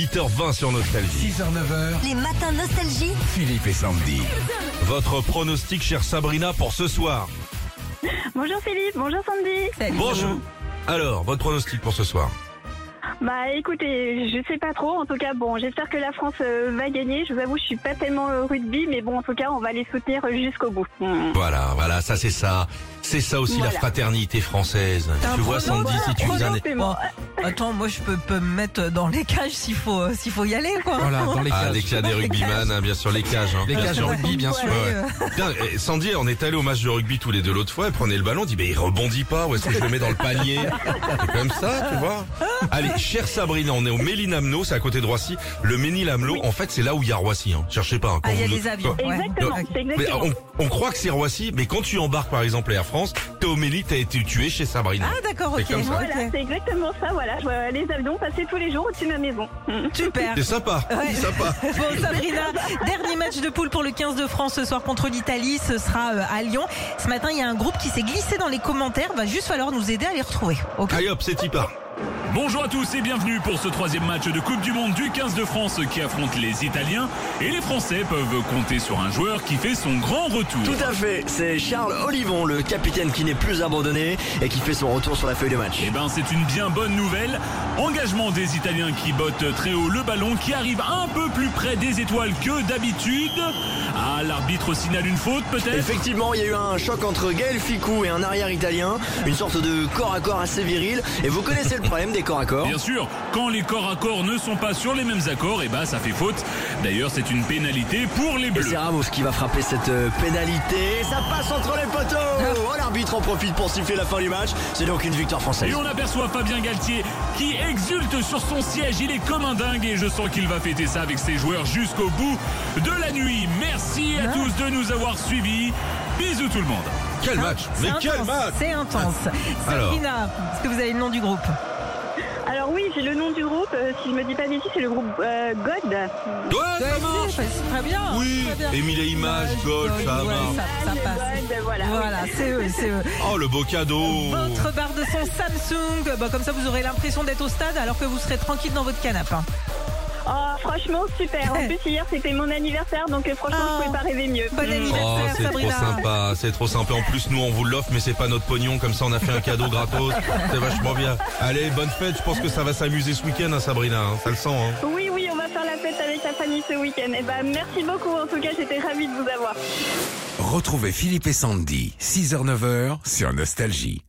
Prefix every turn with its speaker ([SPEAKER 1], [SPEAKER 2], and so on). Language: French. [SPEAKER 1] 8h20 sur Nostalgie.
[SPEAKER 2] 6h, 9h,
[SPEAKER 3] Les matins nostalgie.
[SPEAKER 2] Philippe et Sandy.
[SPEAKER 1] Votre pronostic, chère Sabrina, pour ce soir.
[SPEAKER 4] Bonjour Philippe, bonjour Sandy.
[SPEAKER 1] Bonjour. Alors, votre pronostic pour ce soir.
[SPEAKER 4] Bah écoutez, je sais pas trop. En tout cas, bon, j'espère que la France euh, va gagner. Je vous avoue, je suis pas tellement euh, rugby, mais bon, en tout cas, on va les soutenir euh, jusqu'au bout. Mm.
[SPEAKER 1] Voilà, voilà, ça c'est ça. C'est ça aussi la
[SPEAKER 4] Voilà.
[SPEAKER 1] fraternité française.
[SPEAKER 5] T'as
[SPEAKER 1] Tu
[SPEAKER 5] un
[SPEAKER 1] vois,
[SPEAKER 5] pronom,
[SPEAKER 1] Sandy, si tu faisais un...
[SPEAKER 4] pronom, c'est bon.
[SPEAKER 5] Oh, attends, moi je peux, peux me mettre dans les cages s'il faut, euh, s'il faut y aller quoi.
[SPEAKER 6] Voilà, dans les
[SPEAKER 1] Ah,
[SPEAKER 6] cages.
[SPEAKER 1] les cages des rugbyman, hein, bien sûr, les cages. hein,
[SPEAKER 6] Les
[SPEAKER 1] bien
[SPEAKER 6] cages
[SPEAKER 1] sûr.
[SPEAKER 6] rugby, bien sûr.
[SPEAKER 1] Ouais, ouais. Putain, eh, Sandy, on est allé au match de rugby tous les deux l'autre fois, elle prenait le ballon, dit, mais il rebondit pas, où est-ce que je le mets dans le panier C'est comme ça, tu vois. Allez, chère Sabrina, on est au Mélinamno, c'est à côté de Roissy. Le Ménil-Amelot, en fait, c'est là où il y a Roissy. Hein. Cherchez pas. hein, quand
[SPEAKER 5] Ah, il y a
[SPEAKER 1] vous-
[SPEAKER 5] les avions. ouais.
[SPEAKER 4] Exactement,
[SPEAKER 5] Ok.
[SPEAKER 4] c'est
[SPEAKER 1] Mais
[SPEAKER 4] exactement.
[SPEAKER 1] on, on croit que c'est Roissy, mais quand tu embarques par exemple Air France, t'es au Méli, t'as été tué chez Sabrina.
[SPEAKER 5] Ah d'accord,
[SPEAKER 1] C'est
[SPEAKER 5] ok.
[SPEAKER 1] comme ça.
[SPEAKER 5] ok.
[SPEAKER 4] Voilà, c'est exactement ça. Voilà, je vois les avions passer tous les jours au-dessus de ma maison. Mm.
[SPEAKER 5] Super.
[SPEAKER 1] C'est sympa,
[SPEAKER 5] Ouais.
[SPEAKER 1] sympa.
[SPEAKER 5] Bon Sabrina, dernier match de poule pour le 15 de France ce soir contre l'Italie, ce sera euh, à Lyon. Ce matin, il y a un groupe qui s'est glissé dans les commentaires, va juste falloir nous aider à les retrouver. Ok.
[SPEAKER 1] Allez hop, c'est Tipa.
[SPEAKER 7] Bonjour à tous et bienvenue pour ce troisième match de Coupe du Monde du 15 de France qui affronte les Italiens et les Français peuvent compter sur un joueur qui fait son grand retour.
[SPEAKER 8] Tout à fait, c'est Charles Olivon, le capitaine qui n'est plus abandonné et qui fait son retour sur la feuille de match.
[SPEAKER 7] Eh ben c'est une bien bonne nouvelle. Engagement des Italiens qui bottent très haut le ballon, qui arrive un peu plus près des étoiles que d'habitude. Ah l'arbitre signale une faute peut-être.
[SPEAKER 8] Effectivement, il y a eu un choc entre Gaël Ficou et un arrière italien, une sorte de corps à corps assez viril. Et vous connaissez le problème des corps à corps
[SPEAKER 7] Bien sûr, quand les corps à corps ne sont pas sur les mêmes accords, eh ben ça fait faute. D'ailleurs c'est une pénalité pour les
[SPEAKER 8] Et
[SPEAKER 7] Bleus.
[SPEAKER 8] c'est Ramos qui va frapper cette euh, pénalité. Et ça passe entre les poteaux.
[SPEAKER 7] Ah.
[SPEAKER 8] Oh, l'arbitre en profite pour siffler la fin du match. C'est donc une victoire française.
[SPEAKER 7] Et on aperçoit Fabien Galtier qui exulte sur son siège. Il est comme un dingue et je sens qu'il va fêter ça avec ses joueurs jusqu'au bout de la nuit. Merci à tous de nous avoir suivis. Bisous tout le monde.
[SPEAKER 1] Quel match Mais
[SPEAKER 5] Ah, C'est
[SPEAKER 1] quel
[SPEAKER 5] intense,
[SPEAKER 1] match Ah.
[SPEAKER 5] C'est intense.
[SPEAKER 1] Alors.
[SPEAKER 5] Sabrina, est-ce que vous avez le nom du groupe
[SPEAKER 4] Alors oui, j'ai le nom du groupe. euh, si je me dis pas d'ici, c'est le groupe euh, God.
[SPEAKER 1] Ouais, ça marche.
[SPEAKER 5] Si, c'est Très bien.
[SPEAKER 1] Oui,
[SPEAKER 5] très bien.
[SPEAKER 1] Emile et Image, Gold,
[SPEAKER 5] Gold,
[SPEAKER 1] ça
[SPEAKER 5] ouais,
[SPEAKER 1] marche.
[SPEAKER 5] ça- ça passe.
[SPEAKER 4] God, voilà.
[SPEAKER 5] Voilà, c'est eux, c'est eux.
[SPEAKER 1] Oh le beau cadeau.
[SPEAKER 5] Votre barre de son Samsung, bah, comme ça vous aurez l'impression d'être au stade alors que vous serez tranquille dans votre canapé. hein.
[SPEAKER 4] Oh, franchement, super. En plus, hier, c'était mon anniversaire, donc euh, franchement,
[SPEAKER 5] Ah.
[SPEAKER 4] je pouvais pas rêver mieux.
[SPEAKER 5] Bon
[SPEAKER 4] Mm.
[SPEAKER 5] anniversaire.
[SPEAKER 1] Oh,
[SPEAKER 5] Merci,
[SPEAKER 1] c'est trop
[SPEAKER 5] Sabrina.
[SPEAKER 1] sympa, c'est trop sympa. En plus, nous, on vous l'offre, mais c'est pas notre pognon. Comme ça, on a fait un cadeau gratos. C'est vachement bien. Allez, bonne fête. Je pense que ça va s'amuser ce week-end, hein, Sabrina. hein. Ça le sent. Hein.
[SPEAKER 4] Oui, oui, on va faire la fête avec la famille ce week-end. Et ben, merci beaucoup. En tout cas, j'étais ravie de vous avoir.
[SPEAKER 2] Retrouvez Philippe et Sandy, 6h, 9h sur Nostalgie.